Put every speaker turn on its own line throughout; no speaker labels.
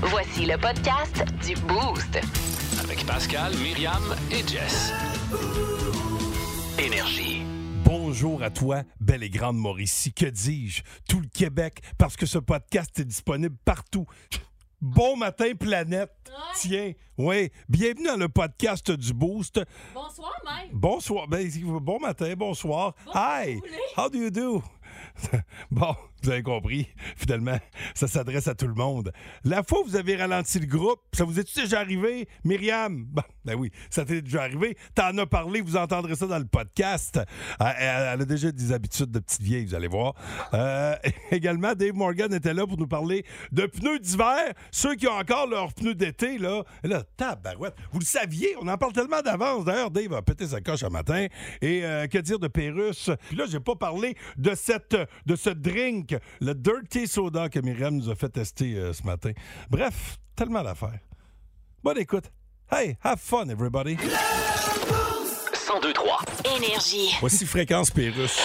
Voici le podcast du Boost.
Avec Pascal, Myriam et Jess. Énergie.
Bonjour à toi, belle et grande Mauricie. Que dis-je? Tout le Québec, parce que ce podcast est disponible partout. Bon matin, planète. Tiens, oui. Bienvenue dans le podcast du Boost.
Bonsoir, Mike.
Bonsoir. Ben, bon matin, bonsoir. Hi. How do you do? Bon, vous avez compris. Finalement, ça s'adresse à tout le monde. La fois où vous avez ralenti le groupe, ça vous est déjà arrivé? Myriam? Ben, ben oui, ça t'est déjà arrivé. T'en as parlé, vous entendrez ça dans le podcast. Euh, Elle, elle a déjà des habitudes de petite vieille, vous allez voir. Euh, également, Dave Morgan était là pour nous parler de pneus d'hiver. Ceux qui ont encore leurs pneus d'été, là, là, tabarouette. Vous le saviez, on en parle tellement d'avance. D'ailleurs, Dave a pété sa coche un matin. Et euh, que dire de Pérus? Puis là, j'ai pas parlé de, cette, de ce drink, le Dirty Soda que Myriam nous a fait tester euh, ce matin. Bref, tellement d'affaires. Bonne écoute. Hey, have fun, everybody.
1023.
Énergie.
Voici Fréquence Pérus.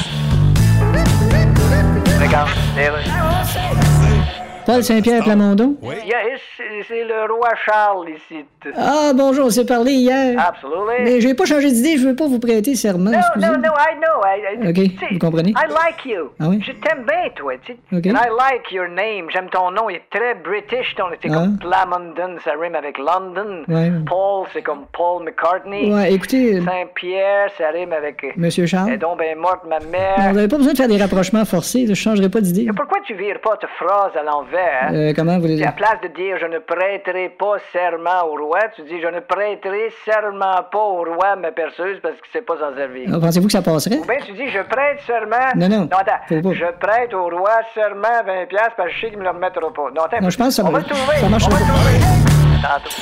Paul Saint-Pierre Plamondon.
Oui.
Yes, c'est c'est le roi Charles ici.
Ah, bonjour, on s'est parlé hier.
Ah.
Absolutely.
Mais j'ai pas changé d'idée, je veux pas vous prêter serment.
No,
excusez.
no, no, I know. I, I,
Ok,
tu sais,
vous comprenez?
I like you.
Ah oui?
Je t'aime bien, toi. tu sais.
Ok.
And I like your name. J'aime ton nom. Il est très british. Ton, c'est
Ah.
comme Plamondon, ça rime avec London.
Ouais.
Paul, c'est comme Paul McCartney.
Ouais, écoutez, euh,
Saint-Pierre, ça rime avec...
Monsieur
Et
Eh,
Charles,
donc, ben, morte ma
vous
mère.
n'avez pas besoin de faire des rapprochements forcés, là, je changerai pas d'idée.
Pourquoi tu vires pas ta phrase à l'envers? hein?
Euh, comment vous voulez
Et à
dire?
place de dire je ne prêterai pas serment au roi, tu dis je ne prêterai serment pas au roi ma perceuse parce qu'il ne sait pas s'en servir.
Ah, Pensez-vous que ça passerait?
Ou bien tu dis je prête serment.
Non, non, faut pas.
attends. Je prête au roi serment 20$ parce que je sais qu'il me le remettra pas. Non, attends.
Non, je pense que ça
on va le
va-
trouver.
ça marchera
on va le
pas.
trouver. Tantôt.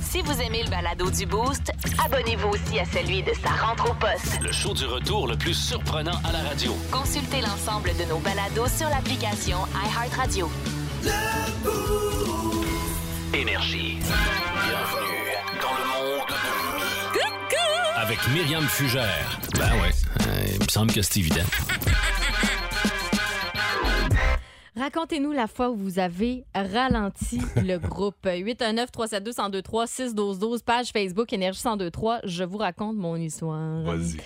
Si vous aimez le balado du Boost, abonnez-vous aussi à celui de sa rentre au poste.
Le show du retour le plus surprenant à la radio.
Consultez l'ensemble de nos balados sur l'application iHeartRadio.
Énergie. Bienvenue dans le monde de Avec Myriam Fugère. Ben ouais, euh, il me semble que c'est évident.
Racontez-nous la fois où vous avez ralenti le groupe. 819 372 1023 612 12 page Facebook Énergie 1023. Je vous raconte mon histoire.
Vas-y.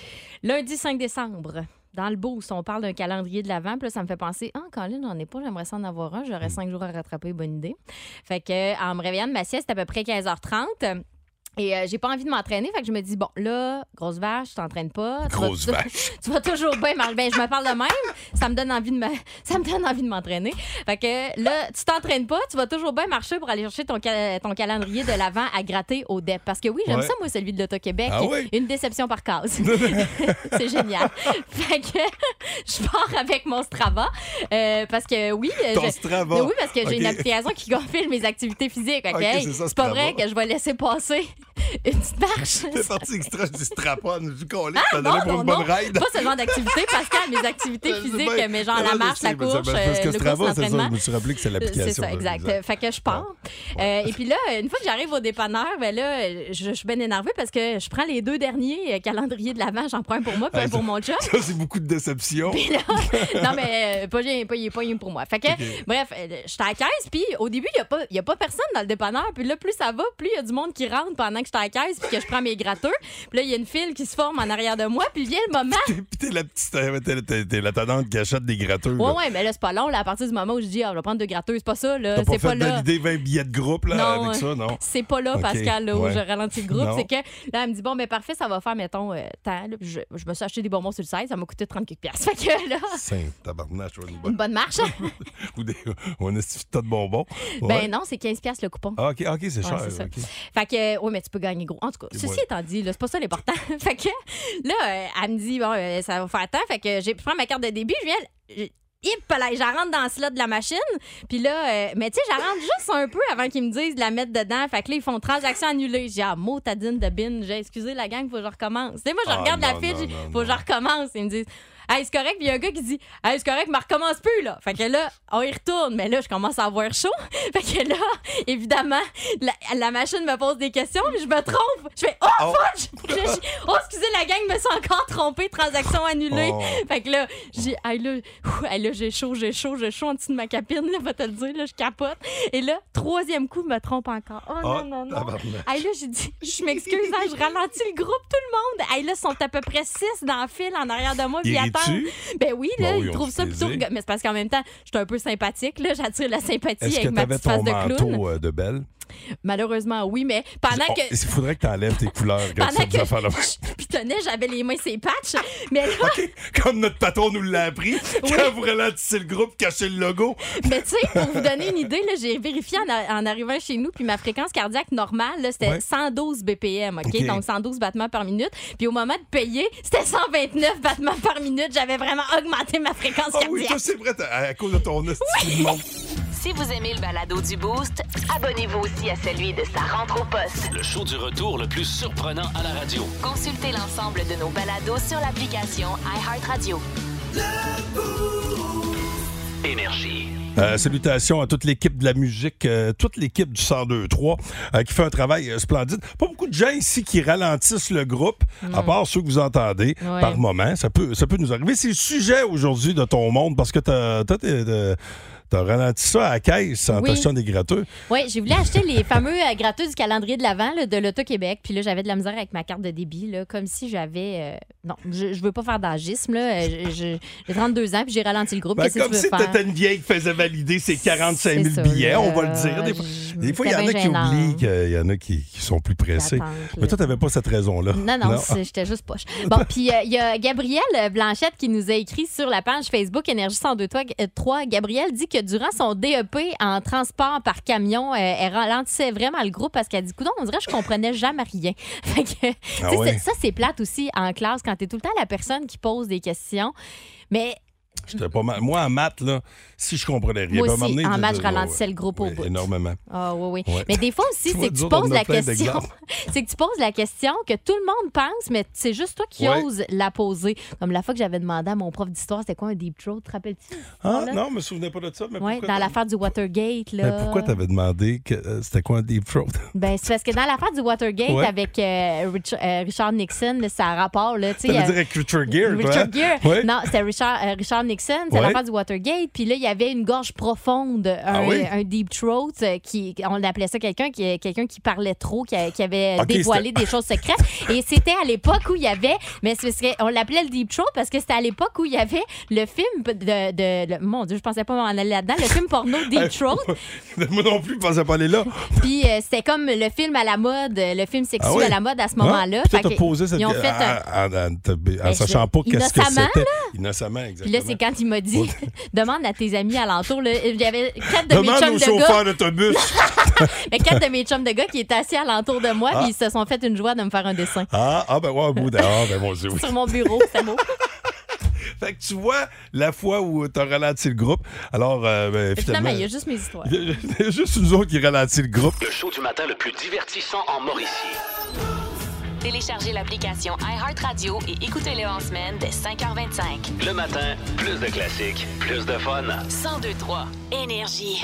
Lundi 5 décembre. Dans le boost, on parle d'un calendrier de l'Avent. Puis là, ça me fait penser, ah, Colin, j'en ai pas, j'aimerais s'en avoir un.
Mm.
J'aurais cinq jours à rattraper, bonne idée. Fait que, euh, en me réveillant de ma sieste, à peu près 15h30. Et euh, j'ai pas envie de m'entraîner. Fait que je me dis, bon, là, grosse vache, je t'entraîne pas. Tu vas-
Grosse
tu-
vache.
tu vas toujours bien marcher. Ben, je me parle de même. Ça me donne envie de me- ça me donne envie de m'entraîner. Fait que là, tu t'entraînes pas, tu vas toujours bien marcher pour aller chercher ton, cal- ton calendrier de l'avant à gratter au DEP. Parce que oui, j'aime
Ouais.
ça, moi, celui de l'Auto-Québec.
Ah oui?
Une déception par case. C'est génial. Fait que je pars avec mon Strava. euh, parce que oui,
Ton
je- Ben
Strava.
oui, parce que j'ai
Ok.
une application qui compile mes activités physiques. OK?
Ok, c'est ça,
c'est pas
Strava.
vrai que je vais laisser passer une petite marche.
C'est parti extra du strapone, du collet,
Ah,
t'en
non,
allais pour
non,
une
non.
bonne ride.
Pas ce genre d'activité, Pascal, mes activités
Je sais
physiques,
bien.
mais genre la
Non, je
marche,
sais,
la
mais ça-
course,
Parce que
euh, le course,
Strava, c'est ça,
l'entraînement.
je me suis rappelé que c'est
Euh,
l'application.
C'est ça,
là,
exact. Euh, Fait que je pars. Euh, et puis là, une fois que j'arrive au dépanneur, ben là, je, je suis bien énervée parce que je prends les deux derniers euh, calendriers de l'avant. J'en prends un pour moi, puis
Ah,
un pour mon chum.
Ça, c'est beaucoup de déception.
Puis là, non, mais euh, pas rien, pas, rien- pas rien pour moi. Fait que, bref, euh, j'étais à la caisse, puis au début, il n'y a, pas personne dans le dépanneur. Puis là, plus ça va, plus il y a du monde qui rentre pendant que j'étais à la caisse, puis que je prends mes gratteurs. Puis là, il y a une file qui se forme en arrière de moi, puis vient le moment.
Puis t'es la petite. T'es, t'es- t'es la tenante qui achète des gratteurs.
Ouais,
là.
ouais, mais là, c'est pas long. Là, à partir du moment où je dis, ah, je vais prendre deux gratteuses, c'est pas ça, là.
T'as pas
euh, C'est pas
fait
là.
valider 20 billets de groupe là,
Non,
avec
euh,
ça, non?
C'est pas là,
Ok,
Pascal, là, où
ouais.
je ralentis le groupe.
Non.
C'est que là, elle me dit, bon, mais parfait, ça va faire, mettons, euh, tant. là. Puis je, je me suis acheté des bonbons sur le site, ça m'a coûté 30 quelques piastres. Fait que là,
Saint tabarnache, ouais, une
une
bonne-
bonne marche.
ou des, ou un estif de bonbons. Ouais.
Ben non, c'est 15 piastres le coupon.
Ah, ok, ok, c'est
Ouais,
cher.
c'est ça.
ok.
Fait que, oui, mais tu peux gagner gros. En tout cas, ceci
ouais.
étant dit, là, c'est pas ça l'important. fait que, là, euh, elle me dit, bon, euh, ça va faire tant. Fait que, j'ai- je prends ma carte de débit, je viens, elle- hip là, je la rentre dans le slot de la machine. Puis là, euh, mais tu sais, je la rentre juste un peu avant qu'ils me disent de la mettre dedans. Fait que là, ils font transaction annulée. J'ai ah, motadine de bin. J'ai excusé la gang, faut que je recommence. Tu sais, moi, je
Ah,
regarde
non,
la fiche,
non, non,
faut que je
non.
recommence. Ils me disent. Hey, c'est correct, puis il y a un gars qui dit Hey, c'est correct, mais recommence plus, là. Fait que là, on y retourne, mais là, je commence à avoir chaud. Fait que là, évidemment, la, la machine me pose des questions, puis je me trompe. Je fais Oh,
Oh.
fudge! Puis là, j'ai- Oh, excusez, la gang me s'est encore trompée, transaction annulée.
Oh.
Fait que là, j'ai, hey, là, ouh, hey, là, j'ai chaud, j'ai chaud, j'ai chaud en dessous de ma capine, là, va te le dire, là, je capote. Et là, troisième coup, je me trompe encore. Oh,
Ah,
non, non, non.
tabarnak.
Hey, là, j'ai dit, je m'excuse, hein, je ralentis le groupe, tout le monde. Hey, là, ils sont à peu près six dans le fil en arrière de moi, puis ils
Iris-tu?
attendent. Ben oui, là,
Bon, oui,
ils
on
trouvent
se
ça
fait
plutôt.
dire.
rigolo- Mais c'est parce qu'en même temps, je suis un peu sympathique, là, j'attire la sympathie
Est-ce que
avec
tu
ma
avais
petite
ton
face de clown.
manteau euh, de belle?
Malheureusement, oui, mais pendant
Oh,
que.
Il faudrait que tu enlèves tes couleurs. quand tu
Pendant
fais des
que
affaires de-
je pitonnais, j'avais les mains ses patchs. Mais là,
Comme notre patron nous l'a appris, quand
Oui.
vous ralentissez le groupe, cachez le logo.
Mais tu sais, pour vous donner une idée, là, j'ai vérifié en, a- en arrivant chez nous, puis ma fréquence cardiaque normale, là, c'était
Ouais.
112 BPM,
Ok.
OK? Donc 112 battements par minute. Puis au moment de payer, c'était 129 battements par minute. J'avais vraiment augmenté ma fréquence
Ah
cardiaque.
oui, ça c'est vrai, t'as- à cause de ton esti de monde.
Si vous aimez le balado du Boost, abonnez-vous aussi à celui de sa rentre au poste.
Le show du retour le plus surprenant à la radio.
Consultez l'ensemble de nos balados sur l'application iHeartRadio.
Énergie.
Euh, salutations à toute l'équipe de la musique, euh, toute l'équipe du 102-3 euh, qui fait un travail euh, splendide. Pas beaucoup de gens ici qui ralentissent le groupe, à part ceux que vous entendez
Hmm. Ouais.
par moment. Ça peut, ça peut nous arriver. C'est le sujet aujourd'hui de ton monde parce que t'as t'as- t'as- t'as- t'as ralenti ça à la caisse en
Oui.
t'achetant des gratteux.
Oui, j'ai voulu acheter les fameux euh, gratteux du calendrier de l'Avent là, de l'Auto-Québec. Puis là, j'avais de la misère avec ma carte de débit, là, comme si j'avais. euh, Non, je, je veux pas faire d'agisme. là. Euh, je- je- J'ai 32 ans, puis j'ai ralenti le groupe.
Ben,
Qu'est-ce que tu
comme
veux
si
faire?
t'étais une vieille qui faisait valider ses 45 000
C'est ça,
billets, on
là,
va le dire. Des fois,
je-
des fois, il y
c'était
en a
bien
qui
gênant.
oublient qu'il y en a qui, qui sont plus pressés.
L'attente,
Mais toi,
là.
t'avais pas cette raison-là. Ah,
Non, non, c'est- j'étais juste poche. Bon, puis euh, il y a Gabrielle Blanchette qui nous a écrit sur la page Facebook Énergie 102 toi- euh, 3. Gabrielle dit que durant son DEP en transport par camion, euh, elle ralentissait vraiment le groupe parce qu'elle dit Coudon, on dirait que je comprenais jamais rien. Fait que, tu sais,
Ah ouais.
c'est- Ça, c'est plate aussi en classe quand t'es tout le temps la personne qui pose des questions. Mais
J'étais pas mal. Moi, en maths, là, si je comprenais rien,
Moi
ben, à un
aussi,
moment donné,
en
je-
maths, je
je-
ralentissais le groupe au
oui,
bout.
Énormément.
Ah oui, oui.
Ouais.
Mais des fois aussi,
Tu vois,
c'est que
nous
tu
autres, on
poses
a
la
plein
question.
d'exemples.
c'est que tu poses la question que tout le monde pense, mais c'est juste toi qui
Ouais.
oses la poser. Comme la fois que j'avais demandé à mon prof d'histoire, c'était quoi un deep throat, te rappelles-tu?
Ah,
Voilà.
non, je me souvenais pas de ça. Mais
Ouais,
Ah, pourquoi
dans
t'as-
l'affaire du Watergate. Là.
Mais pourquoi t'avais demandé que euh, c'était quoi un deep throat?
Ben, c'est parce que dans l'affaire du Watergate
Ouais.
avec euh, Rich- euh, Richard Nixon, là, ça a rapport. Là, tu sais, euh, il y
T'allais
avait-
dire Richard Gear, toi?
Richard Gere.
Ouais.
Non, c'était Richard, euh, Richard Nixon, c'est
Ouais.
l'affaire du Watergate. Puis là, il y avait une gorge profonde, un,
Ah oui?
un deep throat, euh, qui, on appelait ça quelqu'un qui, quelqu'un qui parlait trop, qui, a- qui avait
Ok,
dévoilé
c'était-
des choses secrètes. Et c'était à l'époque où il y avait, mais c'est parce que on l'appelait le deep throat parce que c'était à l'époque où il y avait le film de, de- le- mon Dieu, je pensais pas m'en aller là-dedans, le film porno Deep Throat.
Moi non plus, je pensais pas aller là.
Puis euh, c'était comme le film à la mode, euh, le film sexuel
Ah oui?
à la mode à ce
Hein?
moment-là.
Puis toi,
Fait
t'as
que
posé cette Ah,
ils ont fait un-
en, en- en- en
Ben,
sachant pas
je-
qu'est-ce que
innocemment,
c'était. Innocemment,
Puis
exactement.
là, c'est quand il m'a dit demande à tes amis alentour. Là, j'avais quatre de mes
Demande
chums
aux
de gars.
chauffeurs d'autobus.
Mais quatre de mes chums de gars qui étaient assis alentour de moi, puis ils se sont fait une joie de me faire un dessin.
ah, ah, ben, ouais, au bout d'un. Ah, ben, mon Dieu, oui.
Sur mon bureau, c'est beau.
Fait que tu vois la fois où t'as ralenti le groupe. Alors, euh, ben,
Mais
finalement.
Finalement, il y a juste mes histoires.
il y a juste nous autres qui ralentit le groupe.
Le show du matin le plus divertissant en Mauricie.
Téléchargez l'application iHeartRadio et écoutez-le en semaine dès 5h25.
Le matin, plus de classiques, plus de fun.
1023 Énergie.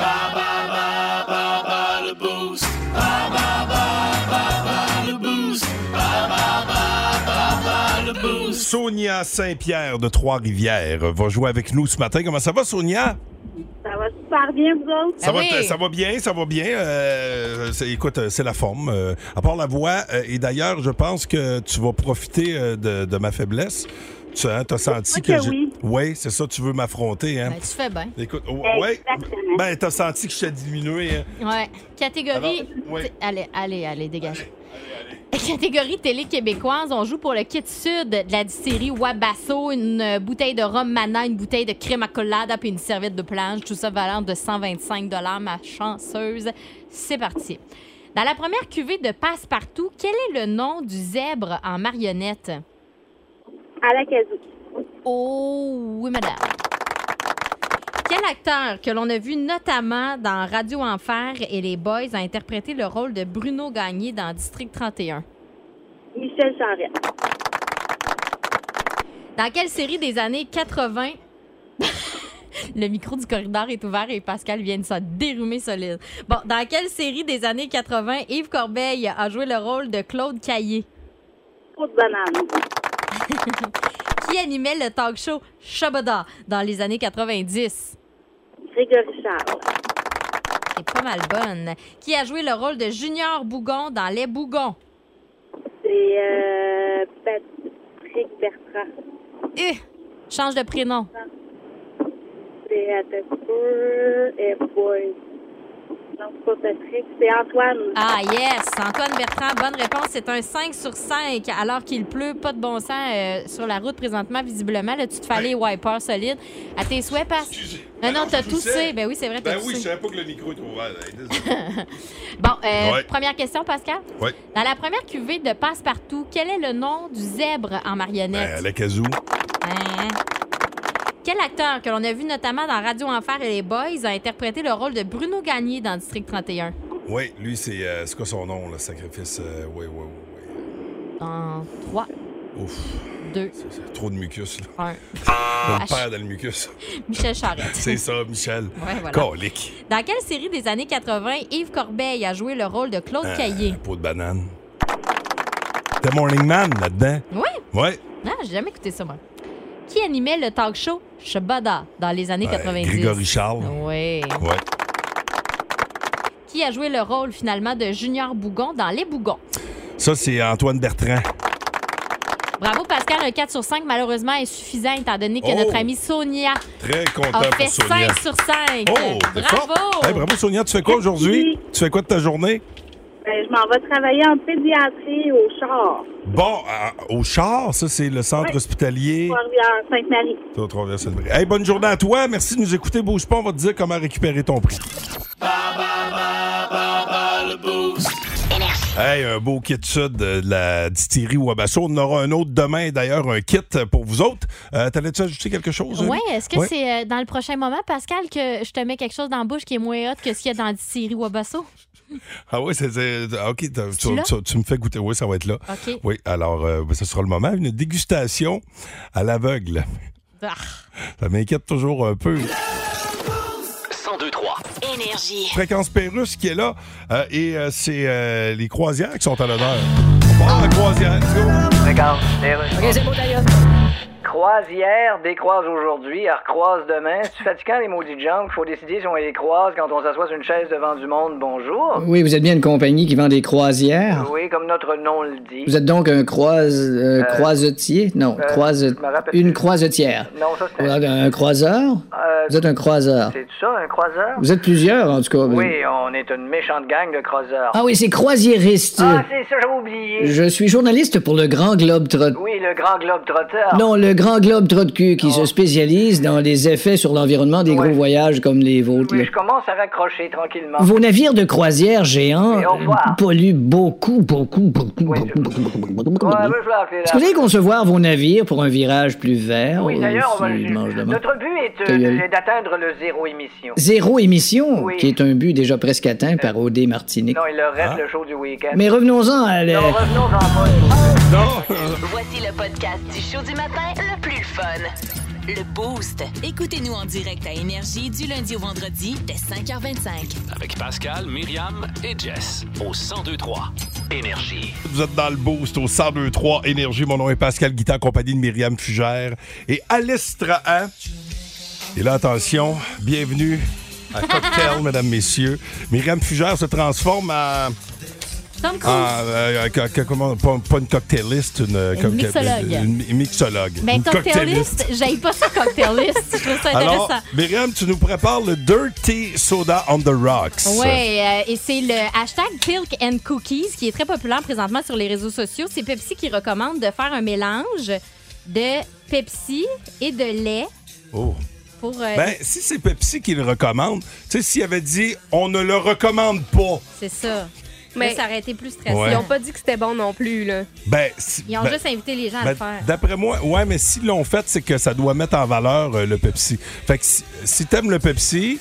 Sonia Saint-Pierre de Trois-Rivières va jouer avec nous ce matin. Comment ça va, Sonia?
Ça va super bien, vous autres?
Ça,
Ah
va,
oui.
t- ça va bien, ça va bien. Euh, c'est- écoute, euh, c'est la forme. euh, à part la voix, euh, et d'ailleurs, je pense que tu vas profiter euh, de, de ma faiblesse. Tu as hein, senti
que
j'ai-
oui.
Ouais, c'est ça, tu veux m'affronter. Hein?
Ben, tu fais bien.
Écoute, oh, ouais.
Exactement.
Ben, t'as senti que je t'ai diminué. hein.
Ouais. Catégorie.
Alors, ouais.
t- Allez, allez, allez, dégage. Catégorie télé québécoise, on joue pour le kit sud de la distillerie Wabasso, une euh, bouteille de rhum mana, une bouteille de crème à colada puis une serviette de plage, tout ça valant de 125 ma chanceuse. C'est parti. Dans la première cuvée de Passe-Partout, quel est le nom du zèbre en marionnette?
À la casu.
Oh oui, madame. acteur que l'on a vu notamment dans Radio Enfer et Les Boys a interprété le rôle de Bruno Gagné dans District 31?
Michel Charette.
Dans quelle série des années 80 Le micro du corridor est ouvert et Pascal vient de se dérumer solide. Bon, dans quelle série des années 80 Yves Corbeil a joué le rôle de Claude Caillé
Trop de banane.
qui animait le talk show Shabada dans les années 90
Grégory Charles.
C'est pas mal bonne. Qui a joué le rôle de Junior Bougon dans Les Bougons
C'est euh, Patrick Bertrand.
Eh, Change de prénom.
C'est à peu et boy. Non, c'est pas Patrick, c'est Antoine.
Ah yes, Antoine Bertrand, bonne réponse. C'est un 5 sur 5 alors qu'il pleut, pas de bon sens euh, sur la route présentement, visiblement. Là, tu te fais aller wiper solide. À tes souhaits, passe.
Ben. Excusez.
Non,
Ben
non,
non,
t'as
je toussais.
toussé. Ben oui, c'est vrai, t'as
Ben oui, je
toussé.
savais pas que le micro était ouvert. Hey, désolé.
Bon, euh,
Ouais.
première question, Pascal.
Oui.
Dans la première cuvée de Passe-Partout, quel est le nom du zèbre en marionnette?
Ben, la casou.
Hein? Quel acteur que l'on a vu notamment dans Radio Enfer et Les Boys a interprété le rôle de Bruno Gagné dans District 31?
Oui, lui, c'est euh, c'est quoi son nom, le sacrifice? euh, ouais, ouais, ouais,
En 3,
ouais. Ouf,
2,
c'est- c'est trop de mucus, là.
1.
Mon
Ach-
père dans le mucus.
Michel Charette.
C'est ça, Michel.
Ouais, voilà.
Colique.
Dans quelle série des années 80 Yves Corbeil a joué le rôle de Claude Caillé?
Euh, peau de banane. The Morning Man, là-dedans.
Oui,
Ouais.
non, Ah, j'ai jamais écouté ça, moi. Qui animait le talk show Shabada dans les années
Ouais,
90?
Ben, Grégory Charles.
Oui.
Ouais.
Qui a joué le rôle finalement de Junior Bougon dans Les Bougons?
Ça, c'est Antoine Bertrand.
Bravo Pascal, un 4 sur 5 malheureusement insuffisant étant donné que
Oh!
notre amie Sonia
Très content
a Ah, fait
pour Sonia.
5 sur 5.
Oh, c'est
Bravo!
fort. Hey, bravo, Sonia. Tu fais quoi aujourd'hui? Tu fais quoi de ta journée?
Ben, je m'en vais travailler en pédiatrie au char.
Bon, à- au char, ça, c'est le centre
Ouais.
hospitalier.
Trois-Rivières-Sainte-Marie.
Ça, on traverse le bris. Hey, bonne journée à toi. Merci de nous écouter. Bouge pas, on va te dire comment récupérer ton prix. Hey, un beau kit sud de la distillerie Wabasso. On en aura un autre demain, d'ailleurs, un kit pour vous autres. Euh, T'allais-tu ajouter quelque chose?
Oui,
Amy?
est-ce que
Ouais.
c'est euh, dans le prochain moment, Pascal, que je te mets quelque chose dans la bouche qui est moins hot que ce qu'il y a dans la série Wabasso?
Ah oui, c'est... c'est- ah, OK, t'as- tu,
là?
tu- tu me fais goûter. Oui, ça va être là.
OK.
Oui, alors, euh, ben, ce sera le moment. Une dégustation à l'aveugle.
Ah.
Ça m'inquiète toujours un peu.
1023.
Énergie.
Fréquence Pérusse qui est là. euh, et euh, c'est euh, les croisières qui sont à l'honneur. On part en croisière. Let's go.
D'accord. Croisière, décroise aujourd'hui, elle recroise demain. C'est fatigant les maudits jambes, qu'il faut décider si on les croise quand on s'assoit sur une chaise devant du monde. Bonjour.
Oui, vous êtes bien une compagnie qui vend des croisières.
Oui, comme notre nom le dit.
Vous êtes donc un croise, euh, croisetier? Non,
euh,
croise,
je me rappelle
une
plus.
croisetière.
Non, ça c'est.
Un croiseur?
Euh,
Vous êtes un croiseur.
c'est ça, un croiseur?
Vous êtes plusieurs, en tout cas.
Oui, on est une méchante gang de croiseurs.
Ah oui, c'est croisiériste.
Ah, c'est ça, j'avais oublié.
Je suis journaliste pour le Grand Globe Trot.
Oui, le grand globe trotteur.
Non, le Grand Globe Trot Cul qui se spécialise dans les effets sur l'environnement des
Ouais.
gros voyages comme les vôtres. là.
Oui, je commence à raccrocher tranquillement.
Vos navires de croisière géants
Et au revoir.
euh, polluent beaucoup, beaucoup, beaucoup,
Oui,
beaucoup,
je-
beaucoup, beaucoup, beaucoup, beaucoup.
Ouais, ouais, je vais appeler là.
Est-ce que vous allez concevoir vos navires pour un virage plus vert?
Oui,
euh,
d'ailleurs, on va-
si je mange demain?
notre but est euh,
Ta gueule.
de- d'atteindre le zéro émission.
Zéro émission,
Oui. Euh,
qui est un but déjà presque atteint par O.D. Martinique.
Non, il leur reste le show du week-end.
Mais revenons-en à la-
Non, revenons en mode.
Voici le podcast du show du matin le plus fun. Le Boost. Écoutez-nous en direct à Énergie du lundi au vendredi dès 5h25.
Avec Pascal, Myriam et Jess. Au 1023. Énergie.
Vous êtes dans le boost au 1023 Énergie. Mon nom est Pascal Guitan, en compagnie de Myriam Fugère et Alice Trahan. Et là, attention, bienvenue à Cocktail, mesdames, messieurs. Myriam Fugère se transforme en...
Tom Cruise.
en, euh, co- co- comment- pas, pas une cocktailiste, une... euh, co-
mixologue.
Une, mi- mixologue.
Ben,
Une
cocktailiste, j'aille pas ça, cocktailiste. Je trouve ça
Alors,
intéressant.
Myriam, tu nous prépares le Dirty Soda on the Rocks.
Oui, euh, et c'est le hashtag Pilk and Cookies qui est très populaire présentement sur les réseaux sociaux. C'est Pepsi qui recommande de faire un mélange de Pepsi et de lait
Oh.
pour. euh,
Ben, si c'est Pepsi qui le recommande, tu sais, s'il avait dit on ne le recommande pas,
c'est ça. Mais ça aurait été plus stressant.
Ouais.
Ils ont pas dit que c'était bon non plus, là.
Ben, si-
Ils ont
ben-
juste invité les gens à
ben,
le faire.
D'après moi, ouais, mais s'ils l'ont fait, c'est que ça doit mettre en valeur euh, le Pepsi. Fait que si, si t'aimes le Pepsi,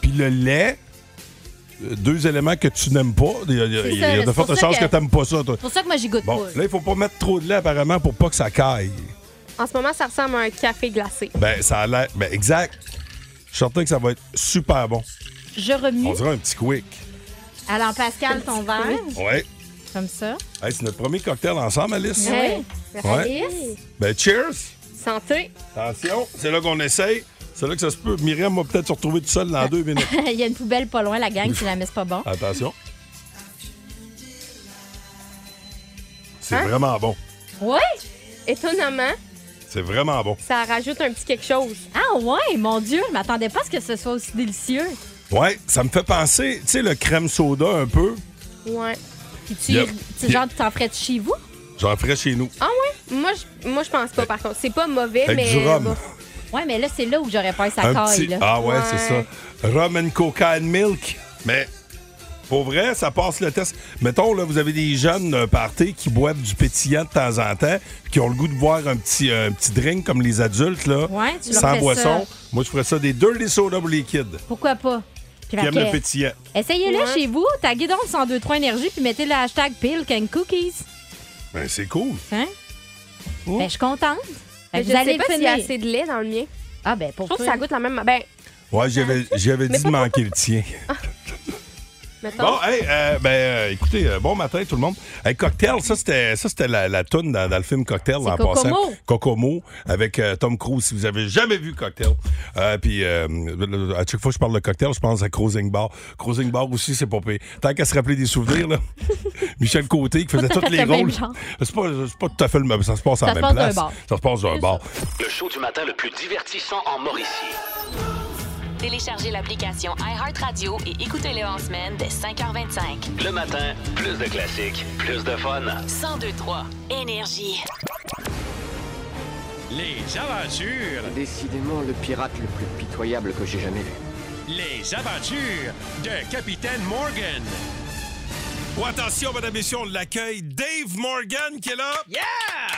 puis le lait, euh, deux éléments que tu n'aimes pas, il y a, il y a-
C'est
il y
ça,
a
c'est
de
pour
fortes
ça
chances que,
que-
t'aimes pas ça, toi.
C'est pour ça que moi, j'y goûte
Bon,
pas.
là, il faut pas mettre trop de lait apparemment pour pas que ça caille.
En ce moment, ça ressemble à un café glacé.
Ben, ça a l'air. Ben, exact. Je suis certain que ça va être super bon.
Je remue.
On dirait un petit quick.
Alors, Pascal, ton verre,
Ouais.
comme ça.
Hey, c'est notre premier cocktail ensemble, Alice.
Ouais.
Ouais.
Alice,
Ben, cheers!
Santé.
Attention, c'est là qu'on essaye. C'est là que ça se peut. Myriam va peut-être se retrouver toute seule dans deux minutes.
Il y a une poubelle pas loin, la gang, si la mise pas bon.
Attention. C'est
Hein?
vraiment bon.
Ouais?
Étonnamment,
C'est vraiment bon.
ça rajoute un petit quelque chose.
Ah ouais, mon Dieu, je m'attendais pas à ce que ce soit aussi délicieux.
Ouais, ça me fait penser, tu sais, le crème soda un peu.
Ouais.
Puis tu,
Yep.
tu genre, tu t'en ferais de chez vous?
J'en ferais chez nous.
Ah ouais? Moi, je, moi, je pense pas, par contre. C'est pas mauvais,
Avec
mais...
du rhum.
bof.
Ouais, mais là, c'est là où j'aurais peur que ça
Un
caille.
petit-
là.
Ah ouais,
Ouais.
c'est ça. Rum and coca and milk. Mais pour vrai, ça passe le test. Mettons, là, vous avez des jeunes d'un party qui boivent du pétillant de temps en temps, puis qui ont le goût de boire un petit, euh, un petit drink comme les adultes, là.
Ouais, tu leur
sans
fais
boisson.
ça.
Moi, je ferais ça des deux les sodas pour les kids.
Pourquoi pas? Puis
Qui
fait
aiment
que-
le pétillant.
Essayez-le
Ouais.
chez vous, taguez donc le 1023 Énergie, puis mettez le hashtag Pilk and Cookies.
Ben, c'est cool.
Hein?
Oh.
Ben, je suis contente.
Mais
Fait que
je
vous allez
sais pas
le
s'il y a
finir.
assez de lait dans le mien.
Ah, ben, pour
Je trouve que
toi.
ça goûte la même... Ben,
Ouais, j'avais
Ah.
j'avais
Mais
dit de
pas-
manquer le tien.
mettons...
Bon, hey, euh, ben, euh, écoutez, euh, bon matin tout le monde. Hey, cocktail, ça c'était ça c'était la, la toune dans, dans le film Cocktail
C'est
en
Kokomo.
passant. Kokomo avec euh, Tom Cruise. Si vous avez jamais vu Cocktail, Euh, puis euh, le- le- à chaque fois que je parle de Cocktail, je pense à Cruising Bar. Cruising Bar aussi, c'est pas pire. Tant qu'à se rappeler des souvenirs, là, Michel Côté qui faisait
Tout à
tous
fait
les
le même
rôles.
genre.
C'est pas, c'est pas tout à fait le même. Ça se passe à la
Ça se
même
passe dans un
place.
bar.
Ça se passe dans un bar.
Le show du matin le plus divertissant en Mauricie.
Téléchargez l'application iHeartRadio et écoutez-le en semaine dès 5h25.
Le matin, plus de classiques, plus de fun.
1023 Énergie.
Les aventures,
Décidément le pirate le plus pitoyable que j'ai jamais vu.
les aventures de Capitaine Morgan.
Ouais, attention, madame, messieurs, on l'accueille. Dave Morgan qui est là.
Yeah!